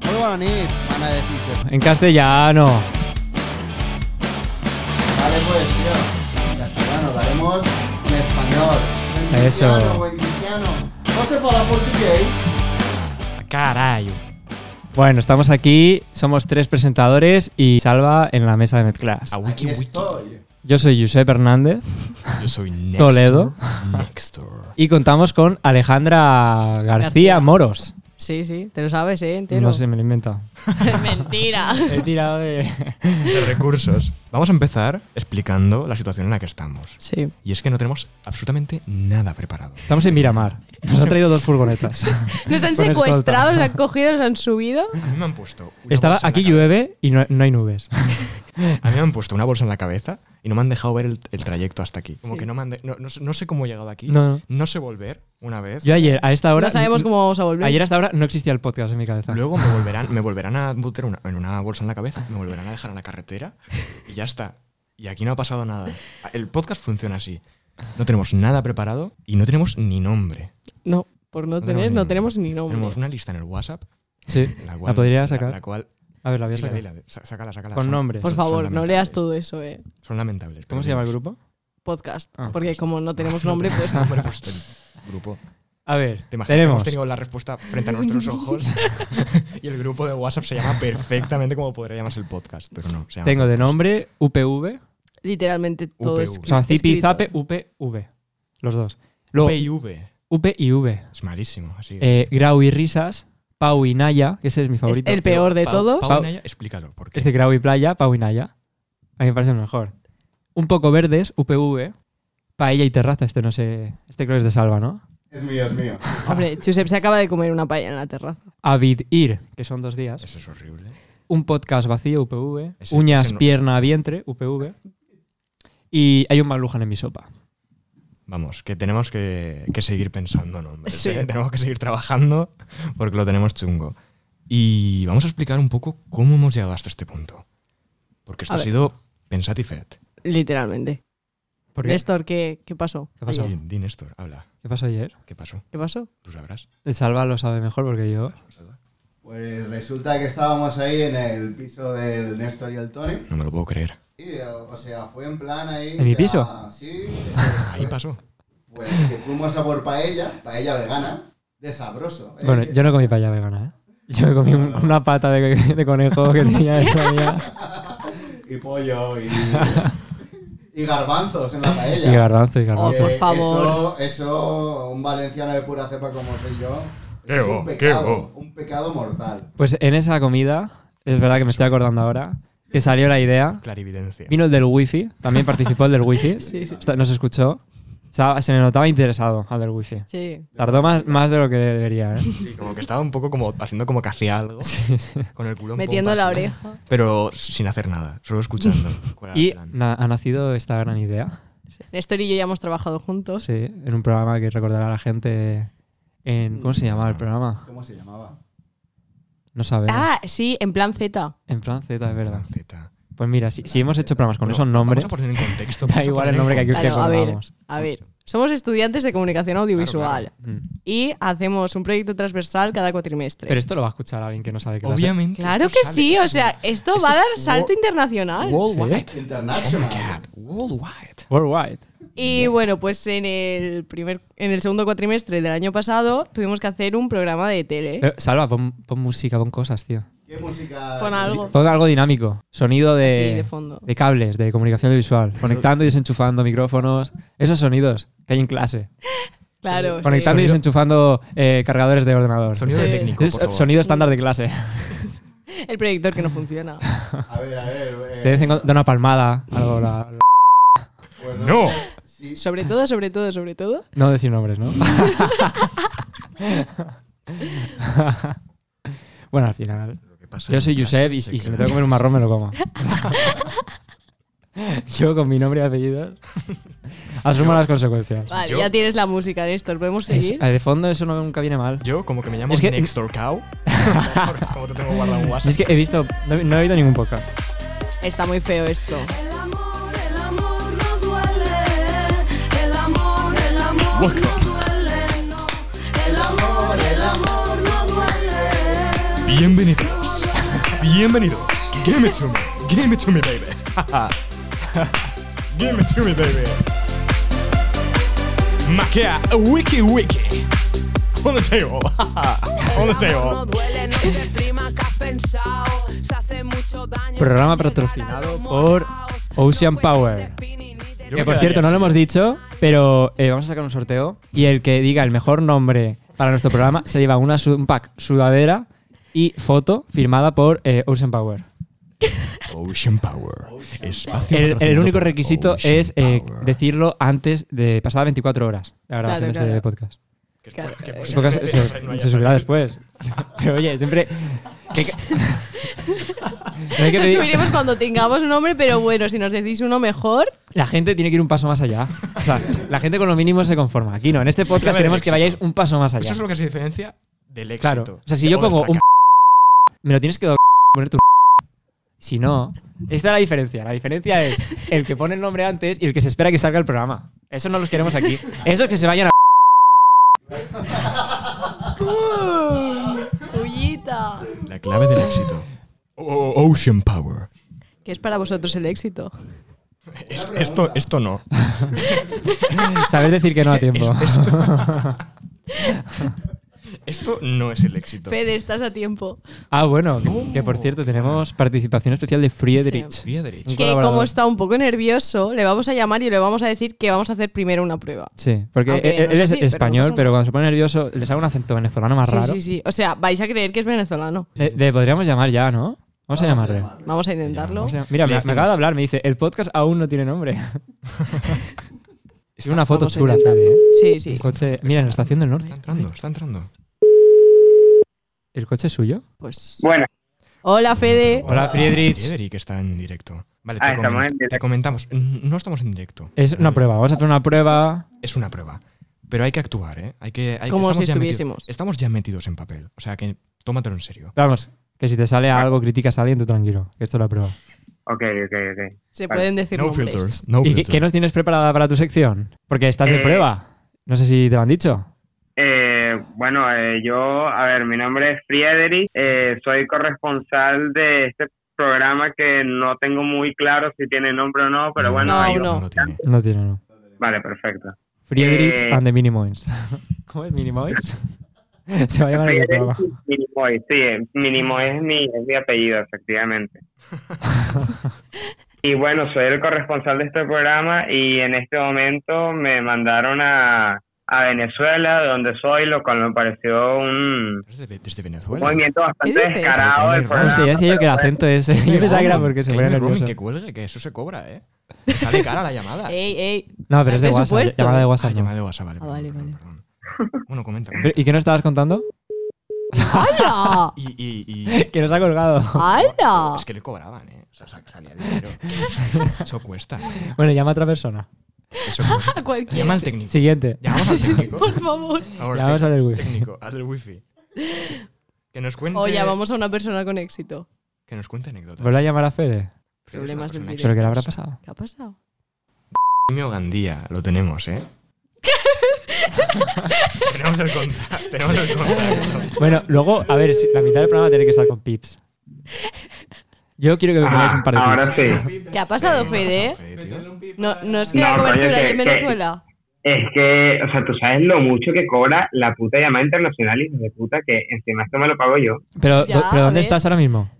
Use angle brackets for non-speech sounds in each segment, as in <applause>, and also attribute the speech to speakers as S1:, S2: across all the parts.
S1: venir, van a decirse.
S2: En castellano.
S1: Vale, pues, tío. En castellano, lo haremos en español. En
S2: Eso. Ah,
S1: cristiano o en cristiano. No se fala portugués.
S2: Carayo. Bueno, estamos aquí, somos tres presentadores y Salva en la mesa de mezclas.
S3: A
S1: Aquí
S3: Wiki Wiki.
S1: estoy.
S2: Yo soy Josep Hernández
S3: Yo soy Nextor.
S2: Toledo.
S3: Nextor.
S2: y contamos con Alejandra García
S4: García.
S2: Moros.
S4: Sí, sí, te lo sabes, ¿eh? Entero.
S2: No
S4: <laughs>
S2: sé, Eh, me lo he inventado. <laughs>
S4: Mentira.
S2: He tirado de...
S3: De recursos. Vamos a empezar explicando la situación en la que estamos.
S4: Sí.
S3: Y es que no tenemos absolutamente nada preparado.
S2: Estamos en Miramar. Nos han traído dos
S4: <laughs>
S2: furgonetas.
S4: Nos han
S2: Con escolta.
S4: secuestrado, nos han cogido, nos han subido.
S3: A mí me han puesto. una
S2: Estaba,
S3: bolsa en la
S2: aquí
S3: cabeza.
S2: llueve y no, no hay nubes.
S3: A mí me han puesto una bolsa en la cabeza y no me han dejado ver el, el trayecto hasta aquí. Como
S4: Sí.
S3: que no me han de- no, no sé- no sé cómo he llegado aquí.
S2: No, no.
S3: sé volver una vez.
S2: Yo ayer, a esta hora...
S4: no sabemos cómo vamos a volver.
S2: Ayer hasta ahora no existía el podcast en mi cabeza.
S3: Luego me volverán, me volverán a meter una- en una bolsa en la cabeza, me volverán a dejar en la carretera y ya está. Y aquí no ha pasado nada. El podcast funciona así. No tenemos nada preparado y no tenemos ni nombre.
S4: No, por no, tener, no tenemos ni nombre.
S3: Tenemos una lista en el WhatsApp.
S2: Sí,
S3: La,
S2: la,
S3: cual,
S2: podría sacar.
S3: La, cual,
S2: a ver, la voy a
S3: dila,
S2: sacar.
S3: dila, sa- sácala, sácala.
S2: Con
S3: Son-
S2: nombre.
S4: Por
S3: son
S4: favor, no
S3: lamentables.
S4: leas todo eso, ¿eh?
S3: Son lamentables. pero
S2: ¿Cómo se llama el
S3: tenemos-
S2: grupo?
S4: Podcast.
S2: Ah.
S4: porque
S2: <laughs>
S4: como no tenemos
S3: No
S4: nombre,
S3: tenemos
S4: pues.
S3: nombre puesto en grupo.
S2: A ver,
S3: Te imaginas que
S2: tenemos...
S3: hemos tenido la respuesta frente
S2: <laughs>
S3: a nuestros ojos <laughs> y el grupo de WhatsApp se llama perfectamente como podría llamarse el podcast, pero no. se llama
S2: Tengo de
S3: podcast.
S2: nombre UPV.
S4: Literalmente todo
S3: UPV.
S4: es.
S2: O sea, Zipi y
S4: escrito.
S2: Zape, UPV. Los dos. Luego,
S3: PIV.
S2: UP y V.
S3: Es malísimo, así.
S2: Eh, Grau y Risas. Pau y Naya, que ese es mi
S4: Es
S2: favorito.
S4: el peor de
S3: Pau-
S4: todos.
S3: Pau y Naya, explícalo. ¿por qué?
S2: Este Grau y Playa, Pau y Naya. A mí me parece el mejor. Un poco verdes, UPV. Paella y terraza, este no sé. Este creo que es de salva, ¿no?
S1: Es mío, es mío.
S2: uh.
S4: Hombre, Josep se acaba de comer una paella en la terraza.
S2: Avid Ir, que son dos días.
S3: Eso es horrible.
S2: Un podcast vacío, UPV.
S3: Ese-
S2: Uñas,
S3: ese no-
S2: pierna, vientre, UPV. Y hay un malujan en mi sopa.
S3: Vamos, que tenemos que, que seguir pensando, ¿no? hombre?
S4: Sí.
S3: <laughs> Tenemos que seguir trabajando porque lo tenemos chungo. Y vamos a explicar un poco cómo hemos llegado hasta este punto. Porque esto
S4: A
S3: ha
S4: ver.
S3: sido Pensad y Fed.
S4: Literalmente.
S2: ¿Por qué?
S4: Néstor, ¿qué, qué pasó?
S2: ¿Qué pasó?
S4: Ayer?
S3: Di, di, Néstor, habla.
S2: ¿Qué pasó ayer?
S3: ¿Qué pasó?
S4: ¿Qué pasó?
S3: ¿Tú sabrás?
S2: El salva lo sabe mejor porque yo.
S1: Pues resulta que estábamos ahí en el piso del Néstor y el Tony.
S3: No me lo puedo creer.
S1: Y, o sea, fue en plan ahí.
S2: ¿En mi
S1: ya-
S2: piso?
S1: Sí.
S3: Ahí pasó.
S1: Pues que fuimos a por paella, paella vegana, de sabroso. ¿eh?
S2: Bueno, yo no comí paella vegana, ¿eh? Yo me comí un- una pata de, de conejo que tenía
S4: <laughs>
S2: esta mía
S1: Y pollo
S2: <laughs>
S1: y, y garbanzos en la
S2: y
S1: paella.
S2: garbanzo y garbanzo.
S4: Oh, por favor.
S1: Eso, eso, un valenciano de pura cepa como soy yo.
S3: Qué
S1: es
S3: bo,
S1: un
S3: qué
S1: pecado,
S3: bo.
S1: un pecado mortal.
S2: Pues en esa comida, es verdad que me estoy acordando ahora, que salió la idea.
S3: Clarividencia.
S2: Vino el del wifi, también participó el del wifi.
S4: <laughs> Sí, sí.
S2: Está- Nos escuchó. Estaba- se me notaba interesado al del wifi.
S4: Sí.
S2: Tardó más, más de lo que
S4: <laughs>
S2: debería, ¿eh?
S3: Sí, como que estaba un poco como haciendo como que hacía algo. Con el culo en
S4: Metiendo
S3: pompas,
S4: la
S3: ¿no?
S4: oreja.
S3: Pero sin hacer nada, solo escuchando. ¿Cuál era
S2: <laughs>
S3: el
S2: Y
S3: plan?
S2: na- ha nacido esta gran idea.
S4: Sí. Néstor y yo ya hemos trabajado juntos.
S2: Sí, en un programa que recordará a la gente en... ¿Cómo se llamaba el programa?
S1: ¿Cómo se llamaba?
S2: No sabemos.
S4: Ah, sí, en plan Z.
S2: En plan Z, es verdad.
S3: Plan Z.
S2: Pues mira, si, si hemos hecho programas con
S3: Bueno,
S2: esos nombres,
S3: Vamos a poner en
S2: <laughs>
S3: contexto.
S2: da
S3: vamos a
S2: igual
S3: poner
S2: el nombre que
S3: en
S2: aquí que
S4: Claro, a ver,
S2: pongamos.
S4: a ver. Somos estudiantes de comunicación audiovisual
S3: Pues Claro,
S2: Mm.
S4: y hacemos un proyecto transversal cada cuatrimestre.
S2: Pero esto lo va a escuchar alguien que no sabe qué
S3: contexto. Obviamente.
S4: claro
S3: esto
S4: que
S3: sale,
S4: sí, o sea, esto
S3: Esto
S4: va a
S3: es
S4: dar salto
S3: wo-
S4: internacional.
S3: Worldwide. Oh my
S1: International.
S3: God, Worldwide.
S2: Worldwide.
S4: Y bueno, pues en el primer en el segundo cuatrimestre del año pasado tuvimos que hacer un programa de
S3: Eh,
S4: tele.
S2: Pero, Eh, salva, pon, pon música, pon cosas, tío.
S1: ¿Qué música?
S4: Pon algo.
S2: Pon algo dinámico. Sonido
S3: eh,
S2: de,
S4: Sí, de fondo.
S2: de cables, de comunicación visual. Conectando y desenchufando micrófonos. Esos sonidos que hay en clase.
S4: claro. sí.
S2: Conectando y
S3: Sonido-
S2: desenchufando eh, cargadores de ordenador.
S3: Sonido de
S4: Sí.
S3: técnico.
S2: Es,
S3: por favor.
S2: sonido estándar de clase.
S4: El proyector que no funciona.
S1: A ver, a ver. eh,
S2: De vez en cuando da una palmada. algo, la- la-
S1: pues
S3: No.
S1: Sí, <laughs>
S4: Sobre todo, sobre todo, sobre todo.
S2: no decir nombres, ¿no? <laughs> bueno, al final.
S3: Lo que pasa
S2: Yo
S3: en
S2: soy
S3: clase
S2: Josep y,
S3: se
S2: y si me
S3: queda-
S2: tengo que comer un marrón me lo
S3: <laughs>
S2: como. <laughs> Yo con mi nombre y apellido
S3: <laughs>
S2: asumo las consecuencias.
S4: Vale,
S3: Yo- ah.
S4: ya tienes la música, Néstor. ¿Podemos
S2: Es-
S4: seguir?
S2: eh, de fondo eso no, nunca viene mal.
S3: Yo, como que me llamo
S2: Es que-
S3: Nextor Cow. <laughs> es como te tengo guardado en
S2: Y
S3: WhatsApp.
S2: es que he visto, no, no he oído ningún podcast.
S4: Está muy feo esto.
S5: El amor, el amor no duele. El amor, el amor no duele. No. El amor, el amor no duele.
S3: Bienvenidos. Bienvenidos. Give it to me. Give it to me, baby. <laughs> Give it to me, baby. Maquea wiki wiki. On the table. <laughs> On the table.
S6: duele, no se prima, que has pensado. Se hace mucho daño.
S2: Programa patrocinado por Ocean Power.
S3: Yo
S2: Que
S3: me
S2: por
S3: quedaría
S2: cierto, no
S3: así.
S2: lo hemos dicho, pero eh, vamos a sacar un sorteo y el que diga el mejor nombre para nuestro programa se lleva una, su- un pack sudadera y foto firmada por eh, Ocean Power.
S3: Ocean Power. Espacio
S2: El, el
S3: patrocinado
S2: único
S3: por
S2: requisito
S3: Ocean
S2: es eh,
S3: Power.
S2: decirlo antes de pasada 24 horas la grabación
S4: Claro,
S2: de este
S4: claro.
S2: podcast.
S3: Que-
S4: Claro.
S3: que-
S2: Este <laughs> podcast
S3: que-
S2: se,
S3: que- no haya
S2: se subirá después. <laughs> Pero oye, siempre... que- que- no hay que
S4: Lo
S2: pedir-
S4: subiremos cuando tengamos un nombre, pero bueno, si nos decís uno mejor,
S2: La gente tiene que ir un paso más allá. O sea, la gente con lo mínimo se conforma. Aquí no, en este
S3: Clave
S2: podcast
S3: del
S2: queremos que
S3: éxito.
S2: vayáis un paso más allá.
S3: Eso es lo que se diferencia del éxito.
S2: Claro. O sea, si yo
S3: del
S2: pongo un
S3: fracaso.
S2: <laughs> me lo tienes que doblar, poner tu Si no, esta es la diferencia. La diferencia es el que pone el nombre antes y el que se espera que salga el programa. Eso no los queremos aquí. Esos que se vayan a
S4: Ullita.
S3: La clave del éxito. O- o- Ocean Power.
S4: ¿Qué es para vosotros el éxito?
S3: Esto, esto, esto no.
S2: <laughs> saber decir que no a tiempo.
S3: Es- esto,
S2: <laughs>
S3: esto no es el éxito.
S4: Fede, estás a tiempo.
S2: Ah, bueno, que, que por cierto tenemos participación especial de Friedrich.
S3: Friedrich.
S2: Un
S4: Que como
S2: colaborador.
S4: está un poco nervioso, le vamos a llamar y le vamos a decir que vamos a hacer primero una prueba.
S2: Sí, porque e-
S4: Aunque
S2: él,
S4: no es
S2: él es
S4: así, pero
S2: español,
S4: no pasa
S2: pero,
S4: nada.
S2: cuando se pone nervioso le sale un acento venezolano más
S4: Sí,
S2: Ah, raro.
S4: sí, sí. O sea, vais a creer que es venezolano.
S2: Le, le podríamos llamar ya, ¿no? Vamos a llamarle.
S4: Vamos a intentarlo.
S2: Vamos a llam- Mira,
S3: Le
S2: me, me
S3: decimos.
S2: acaba de hablar, me dice, el podcast aún no tiene
S4: <laughs>
S2: nombre. Es una foto
S4: vamos a
S2: chula,
S4: intentar.
S2: Fede, ¿eh?
S4: Sí, sí.
S2: El coche. Mira, en la estación del norte.
S3: Está entrando, está entrando.
S2: ¿El coche es suyo?
S4: Pues.
S7: Bueno,
S4: Hola, Fede.
S2: Hola, Friedrich.
S3: Friedrich está en directo. Vale,
S7: Ah,
S3: te,
S7: estamos
S3: comen-
S7: en directo.
S3: te comentamos. N- No estamos en directo. Eh,
S2: Es una prueba, vamos a hacer una prueba.
S3: Es una prueba. Pero hay que actuar, ¿eh? Hay que, hay-
S4: Como
S3: estamos
S4: si
S3: ya metidos-
S4: estuviésemos.
S3: estamos ya metidos en papel. O sea que tómatelo en serio.
S2: Vamos, que si te sale algo, criticas a alguien, tú tranquilo, que esto es la prueba.
S7: ok, ok, ok.
S4: Se
S7: Vale.
S4: pueden decir
S3: No
S4: nombres.
S3: filters. No
S2: ¿Y qué,
S3: filters.
S2: qué nos tienes preparada para tu sección? Porque estás de
S7: Eh.
S2: prueba. No sé si te lo han dicho.
S7: Eh, bueno, eh, yo, a ver, mi nombre es Friedrich, eh, soy corresponsal de este programa que no tengo muy claro si tiene nombre o no, pero bueno,
S4: No,
S7: ahí
S4: aún
S7: va.
S4: no.
S3: lo tiene.
S2: No tiene, no.
S7: Vale, perfecto.
S2: Friedrich
S7: Eh.
S2: and the Minimoys. <laughs> ¿Cómo es Minimoys? <laughs> Se va a llamar el programa.
S7: Friedrich Minimoy, sí, eh, Minimoy es mi, es mi apellido, efectivamente. y bueno, soy el corresponsal de este programa y en este momento me mandaron a, a Venezuela, donde soy, lo cual me pareció un
S3: Desde, desde
S7: un
S3: Venezuela.
S7: movimiento bastante
S4: dices?
S7: descarado del
S3: Hostia,
S7: programa.
S2: Hostia, ya decía yo que el
S7: pero bueno.
S2: acento es. eh, Yo pensaba que era porque se
S3: Amy
S2: ponía
S3: Roaming,
S2: nervioso.
S3: que cuelgue, que eso se cobra, ¿eh? Que Sale cara la
S4: <laughs>
S3: llamada.
S4: Ey, ey.
S2: No, pero es de
S4: Hay
S2: WhatsApp.
S4: presupuesto.
S2: Llamada de
S3: Ah,
S2: WhatsApp. no.
S3: llamada de WhatsApp, vale.
S4: Eh, Ah, vale,
S3: perdón,
S4: vale.
S3: perdón, perdón. Bueno, comenta.
S2: Pero, <laughs>
S3: comenta.
S2: ¿Y qué nos estabas contando?
S4: ¡Hala!
S3: Y, y,
S4: <laughs>
S3: y-
S2: Que nos ha colgado.
S4: ¡Hala!
S3: Es que le cobraban, ¿eh? O sea, sa- salía
S4: <laughs>
S3: dinero. Eso cuesta. ¿eh?
S2: Bueno, llama a otra persona.
S3: Eso cuesta.
S4: <laughs> A cualquiera.
S3: Llama al técnico.
S2: Siguiente.
S3: Llamamos
S4: <laughs>
S3: al técnico.
S4: Por favor.
S3: Por favor,
S2: Llamamos
S3: técnico,
S2: al del wifi.
S3: Técnico, al del wifi. Que nos cuente.
S4: O llamamos a una persona con éxito.
S3: Que nos cuente anécdotas.
S2: Vuelve a llamar a Fede.
S3: Pero es una
S4: Problemas del
S3: persona
S4: directo.
S2: ¿Pero qué le habrá
S3: exitosa.
S2: pasado?
S4: ¿Qué ha pasado?
S3: Simio Gandía, lo tenemos,
S4: <laughs>
S3: ¿eh? tenemos el contacto. Tenemos el contacto.
S2: Bueno, luego, a ver, si- la mitad del programa tiene que estar con pips. Yo quiero que me pongáis
S7: Ah,
S2: un par de
S7: ahora
S2: pips.
S7: sí.
S4: ¿Qué ha pasado, Fede? No, no es que
S7: No,
S4: la
S7: coño,
S4: cobertura
S7: que-
S4: ahí en
S7: que-
S4: <laughs> Venezuela.
S7: Es que, o sea, tú sabes lo mucho que cobra la puta llamada internacional y de puta que encima esto me lo pago yo.
S2: Pero,
S4: Ya,
S2: do- ¿pero
S4: a
S2: dónde
S4: ver.
S2: estás ahora mismo?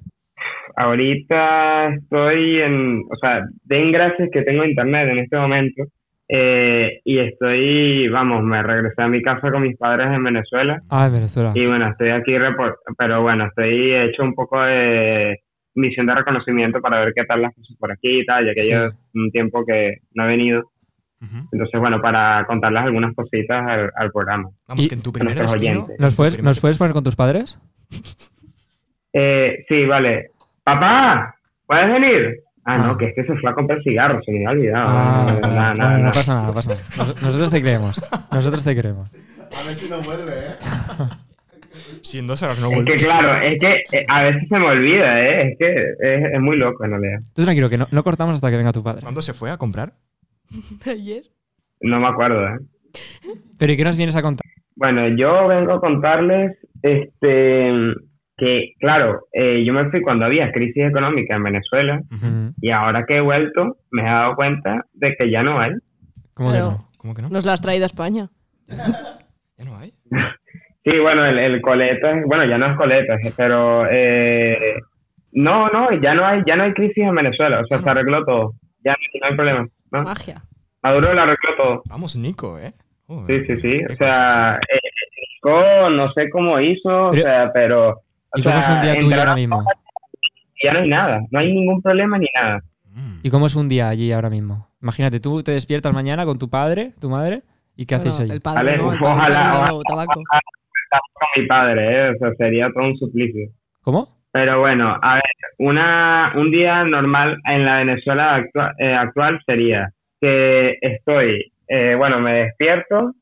S7: Ahorita estoy en, o sea, den gracias que tengo internet en este momento eh, y estoy, vamos, me regresé a mi casa con mis padres en Venezuela
S2: Ah, en Venezuela.
S7: y bueno, estoy aquí, repor- pero bueno, estoy hecho un poco de misión de reconocimiento para ver qué tal las cosas por aquí y tal, ya que
S2: Sí.
S7: yo un tiempo que no he venido.
S3: Ujú.
S7: Entonces, bueno, para contarles algunas cositas al, al programa.
S3: Vamos,
S2: Y-
S3: que en tu primer
S7: nuestros
S3: destino...
S7: oyentes.
S2: ¿Nos puedes,
S3: tu
S2: ¿Nos puedes poner con tus padres?
S7: Eh, sí, vale. Papá, ¿puedes venir? Ah, no, que este se fue a comprar cigarros, se me había olvidado.
S2: Ah,
S7: No, no, no,
S2: bueno,
S7: no.
S2: no pasa nada, no pasa nada. Nos- Nosotros te creemos. Nosotros te creemos.
S1: A ver si no vuelve, ¿eh?
S3: primer- Si en dos horas no
S7: Es
S3: vuelves...
S7: que claro, es que eh, a veces se me olvida, ¿eh? Es que es, es muy loco en realidad.
S2: Tú tranquilo, que no, no cortamos hasta que venga tu padre.
S3: ¿Cuándo se fue a comprar?
S4: Ayer.
S7: No me acuerdo, ¿eh?
S2: ¿Pero y qué nos vienes a contar?
S7: Bueno, yo vengo a contarles este que, claro, eh, yo me fui cuando había crisis económica en Venezuela
S2: Mm,
S3: Ujú.
S7: y ahora que he vuelto me he dado cuenta de que ya no hay.
S2: ¿Cómo
S4: Claro.
S2: que no?
S3: ¿Cómo que no?
S4: Nos la has traído a España.
S3: ¿Ya no hay?
S7: Sí, bueno, el, el coleta, bueno, ya no es coleta, pero eh, no, no, ya no hay, ya no hay crisis en Venezuela, o sea,
S2: Ah.
S7: se arregló todo, ya no, no hay problema. ¿no?
S4: Magia.
S7: Maduro lo arregló todo.
S3: Vamos, Nico, ¿eh?
S7: Sí,
S3: Joder,
S7: sí, sí.
S3: qué
S7: O sea, eh, yo no sé cómo hizo, o
S2: Pero-
S7: sea, pero. o
S2: ¿Y cómo es
S7: sea,
S2: un día tuyo
S7: entraron
S2: ahora mismo?
S7: y Ya no hay nada, no hay ningún problema ni nada.
S3: cosas. Mm.
S2: ¿Y cómo es un día allí ahora mismo? Imagínate, tú te despiertas mañana con tu padre, tu madre, ¿y qué
S4: Bueno,
S2: hacéis ahí?
S4: El padre,
S7: Vale,
S4: ¿no? El padre está
S7: ojalá.
S4: vendiendo tabaco.
S7: Estamos con mi padre, ¿eh? o sea, sería todo un suplicio.
S2: ¿Cómo?
S7: Pero bueno, a ver, una, un día normal en la Venezuela actua- eh, actual sería que estoy, eh, bueno, me despierto,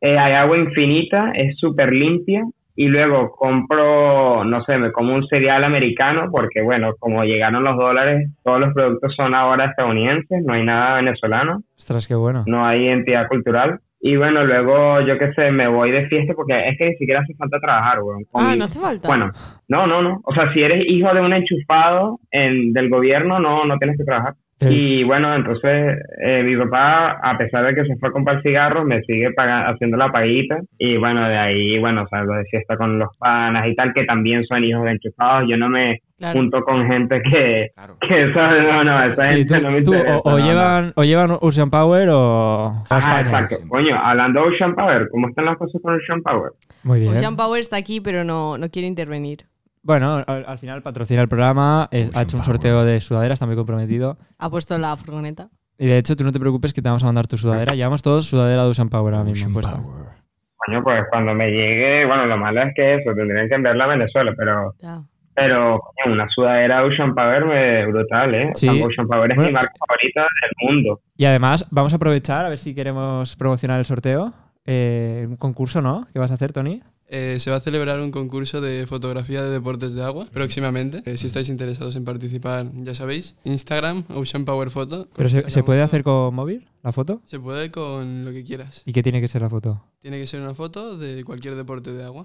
S7: eh, hay agua infinita, es súper limpia, y luego compro, no sé, me como un cereal americano, porque bueno, como llegaron los dólares, todos los productos son ahora estadounidenses, no hay nada venezolano
S2: Ostras, qué bueno.
S7: no hay entidad cultural. Y bueno, luego yo qué sé, me voy de fiesta porque es que ni siquiera hace falta trabajar, weón. Con
S4: Ah,
S7: mi-
S4: no hace falta.
S7: Bueno, no, no, no. O sea, si eres hijo de un enchufado en, del gobierno, no, no tienes que trabajar.
S2: Pero-
S7: Y bueno, entonces eh, mi papá, a pesar de que se fue a comprar cigarros, me sigue paga- haciendo la paguita. Y bueno, de ahí, bueno, salgo de fiesta con los panas y tal, que también son hijos de enchufados. Yo no me
S4: Claro.
S7: junto con gente que,
S3: Claro.
S7: que sabe, no, no, esa
S2: Sí, tú,
S7: gente no me
S2: tú o-
S7: interesa,
S2: o,
S7: no, no.
S2: llevan, o llevan Ocean Power o, o
S7: Ah,
S2: España.
S7: exacto. Coño, hablando de Ocean Power, ¿cómo están las cosas con Ocean Power?
S2: Muy bien.
S4: Ocean Power Pues está aquí, pero no, no quiere intervenir.
S2: Bueno, al, al final patrocina el programa, eh, ha
S3: Ocean
S2: hecho un
S3: Power.
S2: sorteo de sudaderas, está muy comprometido.
S4: Ha puesto la furgoneta.
S2: Y de hecho, tú no te preocupes que te vamos a mandar tu sudadera. Llevamos todos sudadera de Ocean Power ahora mismo. pues.
S3: Ocean
S2: puesta.
S3: Power.
S7: Coño, pues cuando me llegue, bueno, lo malo es que eso, tendrían que enviarla a Venezuela, pero, <laughs>
S4: Ya.
S7: pero coño, una sudadera Ocean Power me, brutal, ¿eh? O sea,
S2: Sí.
S7: Ocean Power es
S2: Bueno.
S7: mi marca favorita del
S2: <laughs>
S7: mundo.
S2: Y además, vamos a aprovechar a ver si queremos promocionar el sorteo. Eh, un concurso, ¿no? ¿Qué vas a hacer, Tony?
S8: Eh, se va a celebrar un concurso de fotografía de deportes de agua próximamente. Eh, si estáis interesados en participar, ya sabéis. Instagram, Ocean Power Photo.
S2: ¿Pero se, se
S8: Instagram
S2: puede
S8: Ocean-
S2: hacer con móvil la foto?
S8: Se puede con lo que quieras.
S2: ¿Y qué tiene que ser la foto?
S8: Tiene que ser una foto de cualquier deporte de agua.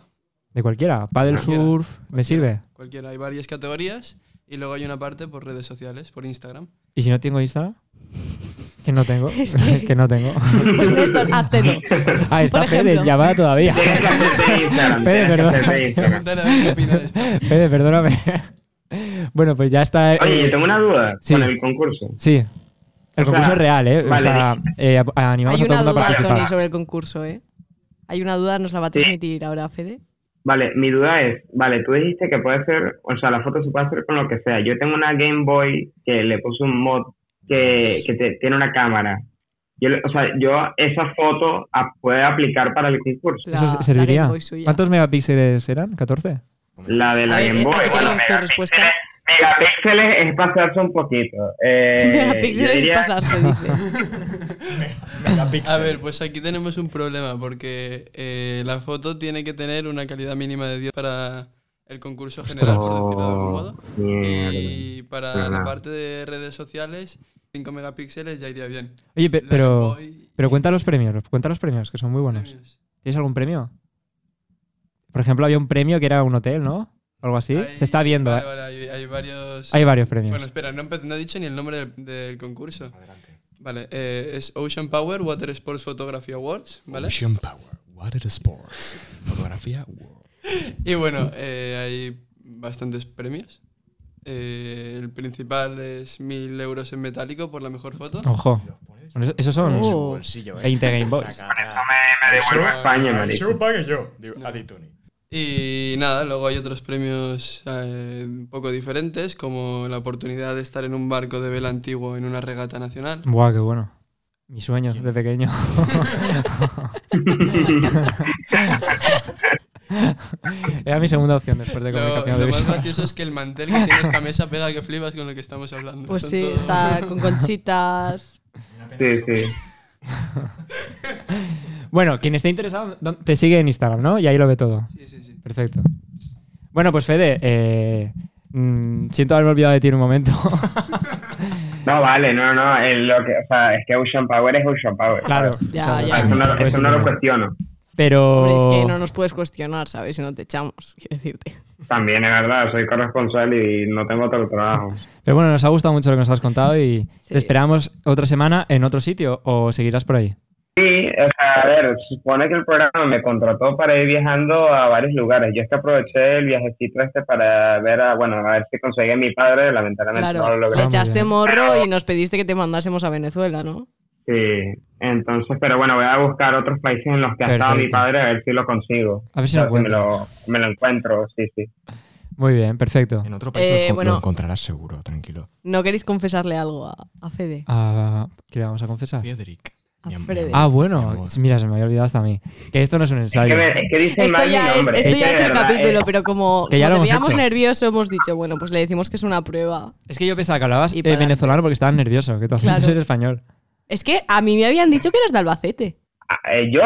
S2: ¿De cualquiera? ¿Paddle
S8: Cualquiera.
S2: surf? ¿Me sirve?
S8: Cualquiera. Hay varias categorías y luego hay una parte por redes sociales, por Instagram.
S2: ¿Y si no tengo Instagram? Que no tengo.
S4: <laughs> Es que-
S2: <laughs> que no
S4: <laughs>
S2: tengo.
S4: Pues Néstor, háztelo.
S2: Ah, está
S4: Por
S2: Fede
S4: ejemplo.
S2: llamada
S4: <laughs>
S2: todavía.
S7: Tienes que hacerte Instagram.
S2: Fede,
S7: tienes que
S2: perdón.
S7: hacerte Instagram.
S8: Pregúntale a ver qué opina de esto.
S2: Fede, perdóname. bueno, pues ya está. eh,
S7: Oye, yo tengo una duda
S2: Sí.
S7: con el concurso.
S2: Sí. El
S7: O
S2: concurso
S7: sea,
S2: es real, ¿eh? O
S7: vale.
S2: sea, eh, ap- animamos
S4: Hay
S2: a todo el mundo
S4: una
S2: a
S4: duda, Tony,
S2: participar.
S4: sobre el concurso, ¿eh? Hay una duda, nos la va a transmitir ahora Fede.
S7: Vale, mi duda es, vale, tú dijiste que puede ser, o sea, la foto se puede hacer con lo que sea. Yo tengo una Game Boy que le puse un mod que, que te- tiene una cámara. Yo, le- o sea, yo esa foto a- puede aplicar para el concurso.
S4: La,
S2: Eso se- serviría.
S4: la Game Boy suya.
S2: ¿Cuántos megapíxeles eran? ¿14?
S7: La de la
S4: A ver,
S7: Game Boy.
S4: aquí
S7: bueno,
S4: tienes tu
S7: megapíxeles-
S4: respuesta.
S7: Megapíxeles es pasarse un poquito. Eh,
S4: <laughs> Megapíxeles
S7: yo diría-
S4: es pasarse,
S7: <laughs>
S4: dice.
S8: A ver, pues aquí tenemos un problema porque eh, la foto tiene que tener una calidad mínima de 10 para el concurso general, por decirlo de algún modo.
S4: Eh,
S7: Mierda. Eh,
S8: Y para
S7: Pero
S8: la
S7: nada.
S8: parte de redes sociales, 5 megapíxeles ya iría bien.
S2: Oye, pe-
S8: La
S2: pero,
S8: Game Boy
S2: pero cuenta los premios, cuenta los premios, que son muy
S8: y
S2: buenos.
S8: premios.
S2: ¿Tienes algún premio? Por ejemplo, había un premio que era un hotel, ¿no? Algo así.
S8: Hay-
S2: Se está viendo,
S8: vale,
S2: ¿eh?
S8: vale, hay, hay varios.
S2: Hay varios premios.
S8: Bueno, espera, no, empe- no he dicho ni el nombre del, del concurso. Vale, eh, es Ocean Power Water Sports Photography Awards, ¿vale?
S3: Ocean Power. Water Sports. Fotografía World.
S8: Y bueno, eh, hay bastantes premios. Eh, el principal es 1000 euros en metálico por la mejor foto.
S2: Ojo. Bueno, eso- Esos son
S4: Oh.
S3: bolsillo,
S2: 20 Game Boys.
S7: Me devuelvo a España,
S3: Yo
S7: marico.
S3: lo pague yo. Digo, a ti, Tony.
S8: Y nada, luego hay otros premios eh, un poco diferentes, como la oportunidad de estar en un barco de vela antiguo en una regata nacional.
S2: Buah, qué bueno. Mi sueño de
S8: <laughs>
S2: pequeño. Era mi segunda opción después de
S8: Lo,
S2: comunicación
S8: lo más
S2: audiovisual.
S8: gracioso es que el mantel que tiene esta mesa pega que flipas con lo que estamos hablando.
S4: Pues
S8: Son
S4: sí,
S8: todo-
S4: está
S2: <laughs>
S4: con conchitas.
S7: Sí, sí.
S2: Bueno, quien esté interesado don- te sigue en Instagram, ¿no? Y ahí lo ve todo.
S8: Sí, sí, sí.
S2: Perfecto. Bueno, pues Fede, eh, mm, siento haberme olvidado de ti en un
S4: <laughs>
S2: momento.
S7: No, vale, no, no. eh, lo que, o sea, es que Ocean Power es Ocean Power. Ah,
S2: claro.
S4: Ya,
S2: o sea,
S4: ya.
S7: Eso no,
S2: tampoco es
S7: eso no lo
S2: ningún-
S7: cuestiono.
S2: Pero...
S4: Hombre, es que no nos puedes cuestionar, ¿sabes? Si no te echamos, quiero decirte.
S7: También es verdad, soy corresponsal y no tengo otro trabajo.
S2: Pero bueno, nos ha gustado mucho lo que nos has contado y
S4: Sí.
S2: te esperamos otra semana en otro sitio o seguirás por ahí.
S7: Sí, o sea, a ver, se supone que el programa me contrató para ir viajando a varios lugares. Yo es que aproveché el viajecito este para ver, a, bueno, a ver si conseguí a mi padre, lamentablemente no
S4: Claro,
S7: lo logré.
S4: le echaste
S2: bien.
S4: morro y nos pediste que te mandásemos a Venezuela, ¿no?
S7: Sí, entonces, pero bueno, voy a buscar otros países en los que ha estado mi
S2: Perfecto.
S7: padre a ver si lo consigo.
S2: A ver si lo
S7: me lo, me lo encuentro, sí, sí.
S2: Muy bien, perfecto.
S3: En otro país
S4: Eh,
S3: lo escon-
S4: bueno.
S3: lo encontrarás seguro, tranquilo.
S4: ¿No queréis confesarle algo a, a Fede?
S2: Ah, ¿Qué le vamos a confesar?
S3: Friedrich.
S4: A
S3: mi am- mi
S4: Frederick.
S2: Ah,
S3: amor,
S2: bueno,
S3: mi amor.
S2: mira, se me había olvidado hasta a mí. Que esto no es un
S7: Es que,
S2: ensayo.
S7: me- es que dicen
S4: Esto
S7: mal
S4: ya
S7: mi
S4: es,
S7: nombre.
S4: esto ya
S7: que
S4: es
S7: de
S4: el
S7: verdad,
S4: capítulo,
S7: eh,
S4: pero como,
S2: Que ya
S4: como
S2: lo hemos
S4: te veíamos
S2: hecho.
S4: nervioso, hemos dicho, bueno, pues le decimos que es una prueba.
S2: Es que yo pensaba que hablabas
S4: Y
S2: eh,
S4: pa'lante.
S2: venezolano porque estabas nervioso, que tú haces
S4: Claro.
S2: ser español.
S4: Es que a mí me habían dicho que eras de Albacete.
S7: ah, eh, yo,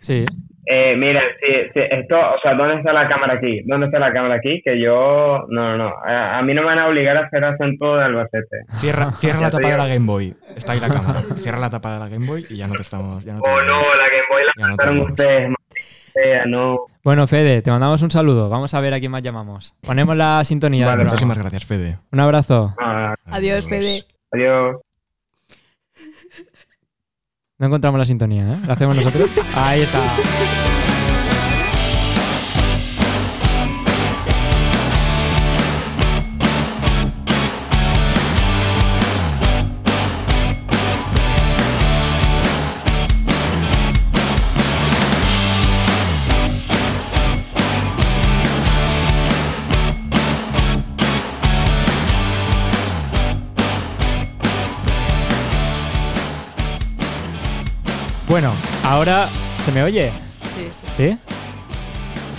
S2: Sí.
S7: Eh, mira, sí, sí, esto, o sea, ¿dónde está la cámara aquí? ¿Dónde está la cámara aquí? Que yo, no, no, no, a, a mí no me van a obligar a hacer acento de Albacete.
S3: Ah,
S7: <laughs>
S3: Cierra, cierra
S7: Ya
S3: la
S7: te
S3: tapa de
S7: digo.
S3: la Game Boy. Está ahí la cámara. Cierra la tapa de la Game Boy y ya no te estamos. Ya no te
S7: Oh, no, la Game Boy la
S3: Ya no
S7: mataron
S3: tenemos.
S7: ustedes, maldita sea, no.
S2: Bueno, Fede, te mandamos un saludo. Vamos a ver a quién más llamamos. Ponemos la sintonía.
S7: Vale,
S2: del programa.
S3: Muchísimas gracias, Fede.
S2: Un abrazo.
S7: Ah,
S4: Adiós, Fede.
S7: adiós.
S2: No encontramos la sintonía, ¿eh? ¿La hacemos
S3: <laughs>
S2: nosotros? Ahí está. Bueno, ahora se me oye,
S4: Sí, sí.
S2: ¿sí?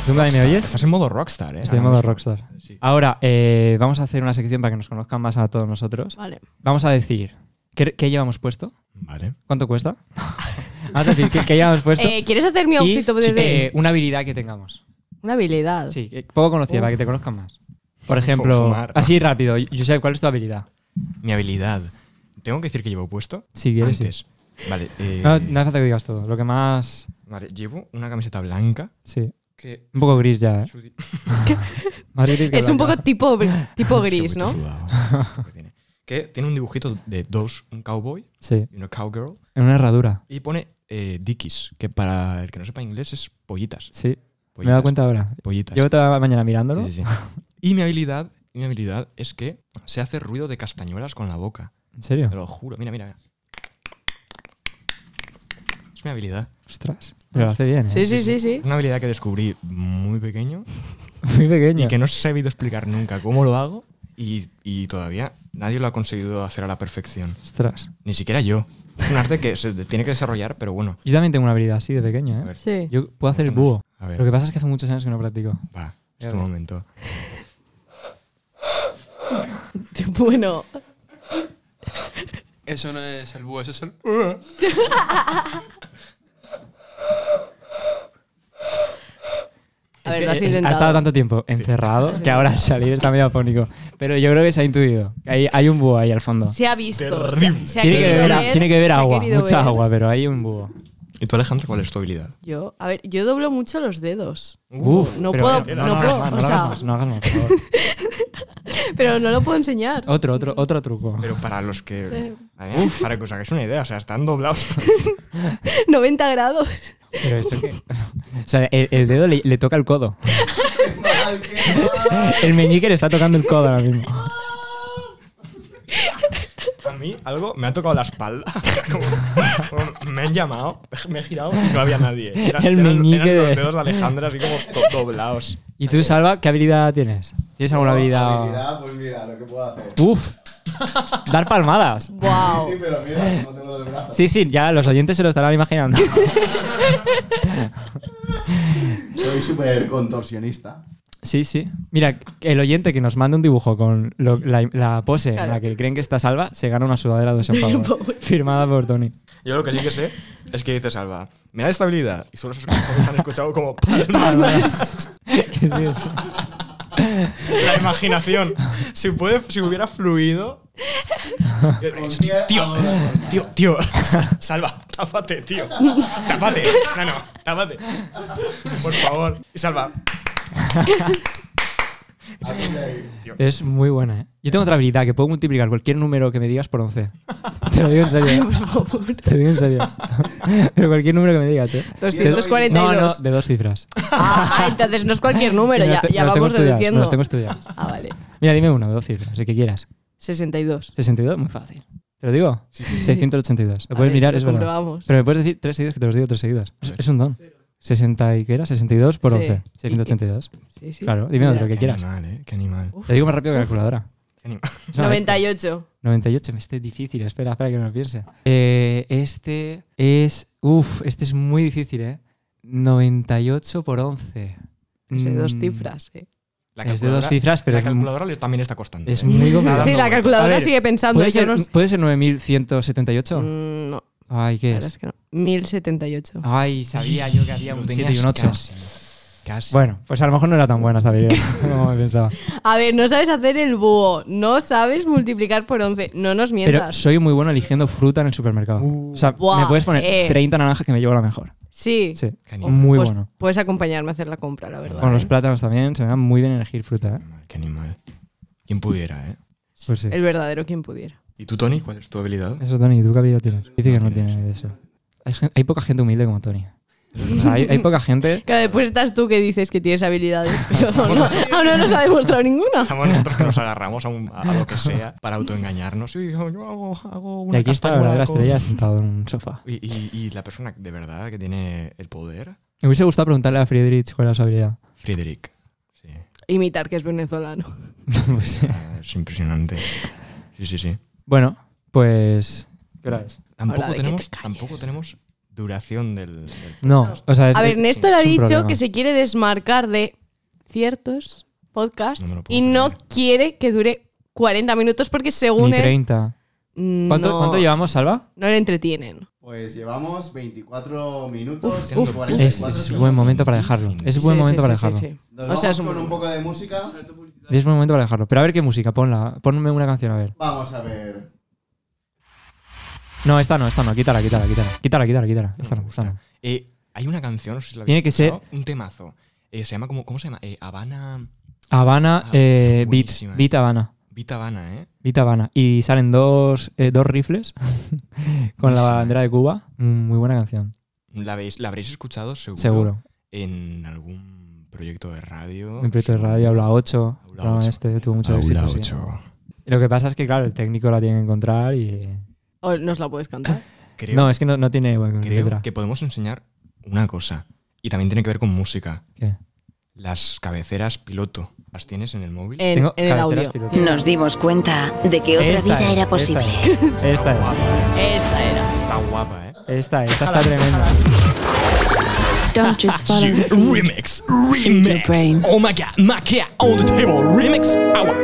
S2: ¿Tú también me oyes?
S3: Estás en modo rockstar, ¿eh?
S2: Estoy en
S3: Ahora
S2: modo
S3: mismo.
S2: rockstar.
S3: Sí. Ah,
S2: Ahora, eh, vamos a hacer una sección para que nos conozcan más a todos nosotros.
S4: Vale.
S2: Vamos a decir, ¿qué, qué llevamos puesto?
S3: Vale.
S2: ¿Cuánto cuesta? <laughs> Vamos a decir, ¿qué, qué llevamos puesto?
S4: Eh, ¿Quieres hacer mi
S2: y
S4: outfit de
S2: eh, una habilidad que tengamos.
S4: Una habilidad.
S2: Sí, que poco conocida,
S4: Uf.
S2: para que te conozcan más. Por ejemplo,
S3: Fumar.
S2: así rápido, Josep, ¿cuál es tu habilidad?
S3: Mi habilidad. ¿Tengo que decir que llevo puesto?
S2: Si quieres, sí.
S3: Antes. Vale. eh,
S7: Ah,
S2: No, no hace falta que digas todo. Lo que más.
S3: Vale, llevo una camiseta blanca
S2: Sí.
S3: que.
S2: Un poco gris ya, ¿eh?
S3: su-
S2: Más gris que
S4: Es un poco
S2: blanca.
S4: tipo,
S2: <laughs>
S4: tipo
S3: que
S4: gris,
S3: voy
S4: ¿no?
S3: todo sudado, <laughs> que tiene- Que tiene un dibujito de dos, un cowboy
S2: Sí.
S3: y una cowgirl.
S2: En una herradura.
S3: Y pone eh, dickies, que para el que no sepa inglés es pollitas.
S2: Sí. Me he
S3: Pollitas,
S2: dado cuenta ahora.
S3: Pollitas.
S2: Llevo toda la mañana mirándolo.
S3: Sí, sí, sí. Y mi habilidad, mi habilidad es que se hace ruido de castañuelas con la boca.
S2: ¿En serio?
S3: Te lo juro. Mira, mira, mira. Es mi habilidad.
S2: Ostras. Pero lo hace bien, ¿eh?
S4: Sí, sí, sí, sí.
S3: Una habilidad que descubrí muy pequeño
S2: <laughs> Muy pequeño.
S3: y que no he sabido explicar nunca cómo lo hago y, y todavía nadie lo ha conseguido hacer a la perfección.
S2: Ostras.
S3: Ni siquiera yo. Es un arte que se tiene que desarrollar, pero bueno.
S2: Yo también tengo una habilidad así de pequeño,
S3: A
S2: ¿eh?
S3: ver,
S4: Sí.
S2: Yo puedo hacer el
S3: Cuéntanos.
S2: búho.
S3: A ver.
S2: Lo que pasa es que hace muchos años que no practico.
S3: va,
S2: Ya
S3: este
S2: ves.
S3: momento.
S4: <laughs> Bueno,
S8: Eso no es el búho, eso es el...
S4: a
S2: Es
S4: ver,
S2: que
S4: lo has
S2: he- Ha estado
S4: intentado.
S2: tanto tiempo encerrado
S4: <laughs>
S2: que ahora al salir está medio apónico. Pero yo creo que se ha intuido. que Hay, hay un búho ahí al fondo.
S4: Se ha visto. se- Se ha
S2: tiene, que
S4: querido
S2: beber, a-
S4: ver,
S2: tiene que beber
S4: se ha
S2: agua,
S4: querido
S2: mucha
S4: ver.
S2: agua, pero hay un búho.
S3: ¿Y tú, Alejandro, cuál es tu habilidad?
S4: Yo, a ver, yo doblo mucho los dedos.
S2: Uf,
S4: no
S2: pero-
S4: puedo,
S2: pero
S4: no
S2: hagas
S4: puedo,
S2: más,
S4: o
S2: no lo
S4: sea-
S2: hagas más, no hagas más, por
S4: <laughs>
S2: favor.
S4: Pero no lo puedo enseñar.
S2: Otro, otro, otro truco.
S3: Pero para los que...
S4: Sí.
S3: a ver, Para que os hagáis una idea, o sea, están doblados.
S4: 90 grados.
S2: Pero eso que. <laughs> O sea, el, el dedo le, le toca el
S4: <laughs>
S2: codo. El meñique le está tocando el codo ahora mismo.
S3: A mí algo me ha tocado la espalda. <laughs> Como- como me han llamado, me he girado y no había nadie. Era-
S2: El
S3: eran- eran
S2: meñique de-
S3: los dedos de Alejandra así como do- doblados.
S2: ¿Y tú, Salva, qué habilidad tienes? ¿Tienes alguna habilidad?
S1: Habilidad, pues mira, lo que puedo hacer.
S2: Uf, dar
S4: <laughs>
S2: palmadas.
S1: Sí,
S4: ¡Wow!
S1: sí, pero mira, no tengo los brazos.
S2: Sí, sí, ya los oyentes se lo estarán
S4: <laughs>
S2: imaginando.
S1: <laughs> Soy súper contorsionista.
S2: Sí, sí. Mira, el oyente que nos mande un dibujo con lo- la, la pose en
S4: Claro.
S2: la que creen que está Salva se gana una sudadera de Ocean Power,
S4: Power.
S2: firmada por
S4: <laughs>
S2: Tony.
S3: Yo lo que sí que sé es que dice Salva, mira esta habilidad. Y solo se solo se han escuchado
S4: <laughs>
S3: como
S4: Palmas.
S2: Que sí, sí.
S3: la imaginación. Si, puede, si hubiera fluido... <laughs> yo habría dicho, tío, tío, tío, tío, <laughs> Salva, tápate, tío. Tápate. No, no, tápate. Por favor. Y Salva.
S1: Hazte ahí.
S2: Es muy buena, ¿eh? Yo tengo otra habilidad que puedo multiplicar cualquier número que me digas por 11. Te lo digo en serio.
S4: Por favor.
S2: Te lo digo en
S4: <laughs>
S2: serio. Pero cualquier número que me digas, ¿eh?
S4: 242.
S2: No, no, de dos cifras.
S4: Ah, entonces no es cualquier número,
S2: Me los
S4: ya,
S2: te-
S4: ya
S2: me los tengo
S4: vamos
S2: estudiados, me
S4: reduciendo.
S2: los tengo estudiados.
S4: Ah, vale.
S2: Mira, dime uno, de dos cifras, el que quieras.
S4: 62.
S2: 62, muy fácil. ¿Te lo digo? 682. Lo
S4: A
S2: puedes
S4: ver,
S2: mirar,
S4: pues lo
S2: es verdad.
S4: comprobamos.
S2: Pero me puedes decir tres seguidas que te los digo tres seguidas. Es, es un don. 60 y qué era? 62 por
S4: Sí.
S2: 11.
S4: Y-
S2: 682.
S4: Sí, sí.
S2: Claro, dime otro que
S3: Qué
S2: quieras.
S3: animal, ¿eh? Qué animal.
S2: Te digo más rápido que la calculadora. <laughs>
S3: Qué animal.
S2: Es una bestia.
S4: 98.
S2: 98, me esté difícil, espera, espera que no lo piense. Eh, este es. Uf, este es muy difícil, ¿eh? 98 por 11.
S4: Es de dos
S2: Mm,
S4: cifras, eh.
S3: La
S2: Es de dos cifras, pero
S3: la
S2: es mu-
S3: calculadora le- también está costando.
S2: Es
S3: ¿eh?
S2: muy complicado.
S4: Sí,
S3: no, bueno.
S4: la
S2: A
S4: calculadora
S2: ver,
S4: sigue pensando.
S2: ¿Puede
S4: Yo
S2: ser,
S4: no...
S2: ¿Puede ser 9178?
S4: Mm, no,
S2: Ay,
S4: la
S2: ¿qué
S4: verdad
S2: es? Ah.
S4: es que no. 1078.
S2: Ay, sabía yo que había
S3: Lo
S2: un
S3: tenías
S2: 7 y un 8.
S3: Casi. casi.
S2: Bueno, pues a lo mejor <laughs> no era tan buena
S4: <laughs>
S2: esta video, como me pensaba.
S4: A ver, no sabes hacer el búho. No sabes multiplicar por 11. No nos
S2: Pero
S4: mientas.
S2: soy muy bueno eligiendo fruta en el supermercado.
S3: Uh,
S2: o sea,
S4: Buah,
S2: me puedes poner
S4: eh.
S2: 30 naranjas que me llevo la mejor.
S4: sí.
S2: Sí,
S3: Qué animal.
S2: muy
S4: Pues
S2: bueno.
S4: Puedes acompañarme a hacer la compra, la verdad.
S2: Con los
S4: ¿eh?
S2: plátanos también, se me da muy bien elegir fruta, ¿eh?
S3: Qué animal. ¿Quién pudiera, eh?
S2: Pues sí.
S4: El verdadero quien pudiera.
S3: ¿Y tú, Tony, cuál es tu habilidad?
S2: Eso, Tony, ¿tú qué habilidad tienes? Dice que no
S3: No tienes.
S2: tiene ni de eso. Hay, gen- hay poca gente humilde como Tony. O sea, hay, hay poca <laughs> gente.
S4: Claro, después estás tú que dices que
S2: <laughs>
S4: tienes habilidades, pero aún no, aún no nos ha demostrado
S3: <laughs>
S4: ninguna.
S3: Estamos nosotros que nos agarramos a, un- a lo que sea para autoengañarnos. Y yo, yo hago, hago
S2: Y
S3: una
S2: aquí está la
S3: castañuela
S2: verdadera <laughs>
S3: con-
S2: estrella sentado en un sofá.
S3: Y, y- y la persona de verdad que tiene el poder,
S2: Me hubiese gustado preguntarle a Friedrich cuál era su <laughs> habilidad.
S3: Friedrich. <laughs> Sí,
S4: Imitar que es venezolano.
S2: Pues sí.
S3: ah, es impresionante. Sí, sí, sí.
S2: Bueno, pues. ¿Qué hora es?
S4: Ahora,
S3: Tampoco
S4: ¿de qué
S3: tenemos,
S4: te calles?
S3: tampoco tenemos duración del, del-
S2: No, o sea, es.
S4: A ver, Néstor
S2: es
S4: ha
S2: un
S4: dicho
S2: problema.
S4: que se quiere desmarcar de ciertos podcasts
S3: No me lo puedo
S4: y no
S3: creer.
S4: quiere que dure 40 minutos porque según
S2: Ni
S4: él
S2: 30.
S4: mm,
S2: ¿Cuánto,
S4: no,
S2: cuánto llevamos, Salva?
S4: no le entretienen.
S1: Pues llevamos 24 minutos.
S3: uf,
S1: y
S2: Es,
S1: 44
S2: es
S1: segundos.
S2: buen momento para dejarlo. Es buen
S4: Sí,
S2: momento
S4: sí,
S2: para
S4: sí,
S2: dejarlo.
S4: sí, sí.
S1: Nos
S4: O
S1: vamos
S4: sea, es
S1: con un
S4: un...
S1: poco de música.
S2: Es buen momento para dejarlo. Pero a ver qué música, ponla. Ponme una canción, a ver.
S1: Vamos a ver.
S2: No, esta no, esta no. Quítala, quítala, quítala. Quítala, quítala, quítala. Esta
S3: me
S2: no, esta
S3: gusta.
S2: no.
S3: Eh, hay una canción, no sé si la habéis
S2: Tiene que ser-
S3: escuchado, un temazo. Eh, se llama como, ¿cómo se llama? Eh, Habana,
S2: Habana,
S3: Ah,
S2: eh, Beat.
S3: buenísima.
S2: Beat Habana.
S3: Vita Habana, ¿eh?
S2: Beat Habana. Y salen dos, eh, dos rifles <laughs> con la
S3: Buenísima.
S2: bandera de Cuba. Mm, Muy buena canción.
S3: La, habéis, la habréis escuchado seguro,
S2: Seguro.
S3: en algún proyecto de radio.
S2: Un proyecto de radio, Aula 8.
S3: Aula
S2: programa
S3: 8.
S2: Este tuvo mucho éxito. sí.
S3: 8.
S2: Y Lo que pasa es que, claro, el técnico la tiene que encontrar y.
S4: o nos la puedes cantar.
S3: Creo,
S2: no, es que no, no tiene buena
S3: creo
S2: letra.
S3: que podemos enseñar una cosa. Y también tiene que ver con música.
S2: ¿Qué?
S3: Las cabeceras piloto. ¿Las tienes en el móvil?
S4: En,
S2: Tengo
S4: en el
S2: cabeceras
S4: audio.
S2: piloto.
S9: Nos dimos cuenta de que otra
S2: Esta
S9: vida
S2: es,
S9: era posible.
S2: Esta es. Esta es.
S9: <laughs>
S4: Esta era.
S3: Está guapa, ¿eh?
S2: Esta, esta está tremenda.
S10: Don't just follow the feed.
S3: Remix,
S10: Feed your brain.
S3: remix. Oh my god, my cat on the table. Remix, agua.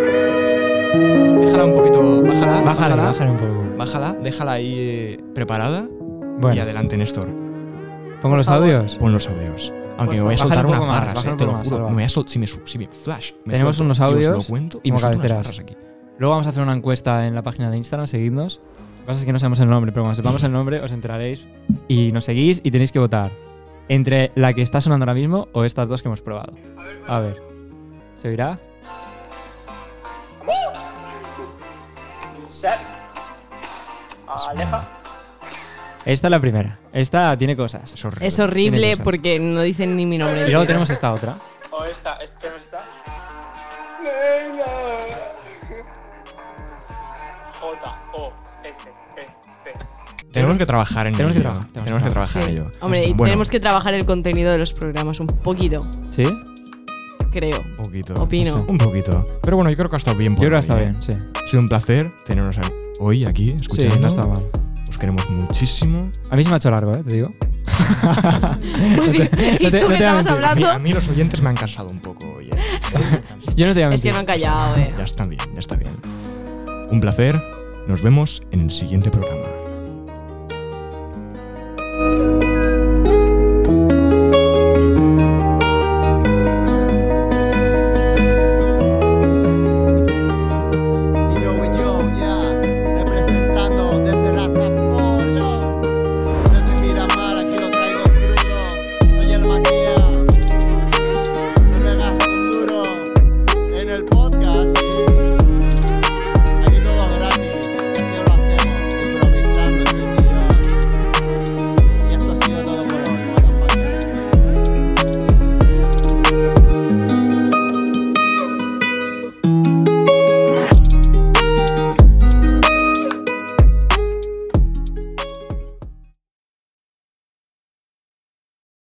S3: Déjala un poquito,
S2: Bájala,
S3: bájala, bájala,
S2: bájala un poco.
S3: bájala, déjala ahí eh, preparada y
S2: Bueno,
S3: adelante, Néstor.
S2: pongo los
S4: favor.
S2: audios.
S3: Pon los audios. Aunque me voy a
S2: Bájale
S3: soltar
S2: un
S3: unas
S2: poco más,
S3: barras,
S2: bájale
S3: eh,
S2: un
S3: te lo
S2: poco más,
S3: juro.
S2: Alba.
S3: Me voy a sol- si me, su- si me flash. me
S2: Tenemos
S3: suelto
S2: unos
S3: y os
S2: audios
S3: lo cuento y
S2: como
S3: me suelto unas
S2: cabeceras.
S3: barras aquí.
S2: Luego vamos a hacer una encuesta en la página de Instagram, seguidnos. Lo que pasa es que no sabemos el nombre, pero cuando sepamos el nombre os enteraréis y nos seguís y tenéis que votar entre la que está sonando ahora mismo o estas dos que hemos probado. A ver, ¿se oirá? Esta es la primera. Esta tiene cosas.
S3: Es horrible.
S4: Es horrible
S2: cosas.
S4: porque no dicen ni mi nombre.
S2: Y luego tenemos esta otra.
S11: O esta, esta, esta. J-O-S-E-P.
S3: Tenemos que trabajar en
S2: Tenemos que
S3: ello.
S2: trabajar, tenemos
S3: Tenemos
S2: que
S3: que
S4: Sí.
S3: trabajar en ello.
S4: Hombre, y
S3: Bueno,
S4: tenemos que trabajar el contenido de los programas un poquito,
S2: ¿Sí?
S4: creo.
S3: Un poquito.
S4: Opino.
S3: Un poquito. Pero bueno, yo creo que ha estado bien.
S2: Yo
S3: por
S2: creo que
S3: hoy,
S2: está
S3: ¿eh?
S2: bien, sí.
S3: Ha sido un placer teneros a- hoy aquí
S2: Sí,
S3: escuchando.
S2: no está mal.
S3: Os queremos muchísimo.
S2: A mí se me ha hecho largo, ¿eh? Te digo.
S4: Pues sí, <laughs>
S2: <laughs>
S4: y
S2: no te
S4: tú
S2: voy
S4: que
S2: a
S4: estabas
S2: mentir.
S3: A mí, a
S4: hablando.
S3: mí los oyentes me han cansado un poco hoy. ¿eh?
S2: <laughs> Yo no te voy a
S4: Es que
S2: mentir.
S4: no han callado, eh.
S3: Ya está bien, ya está bien. Un placer. Nos vemos en el siguiente programa.
S1: este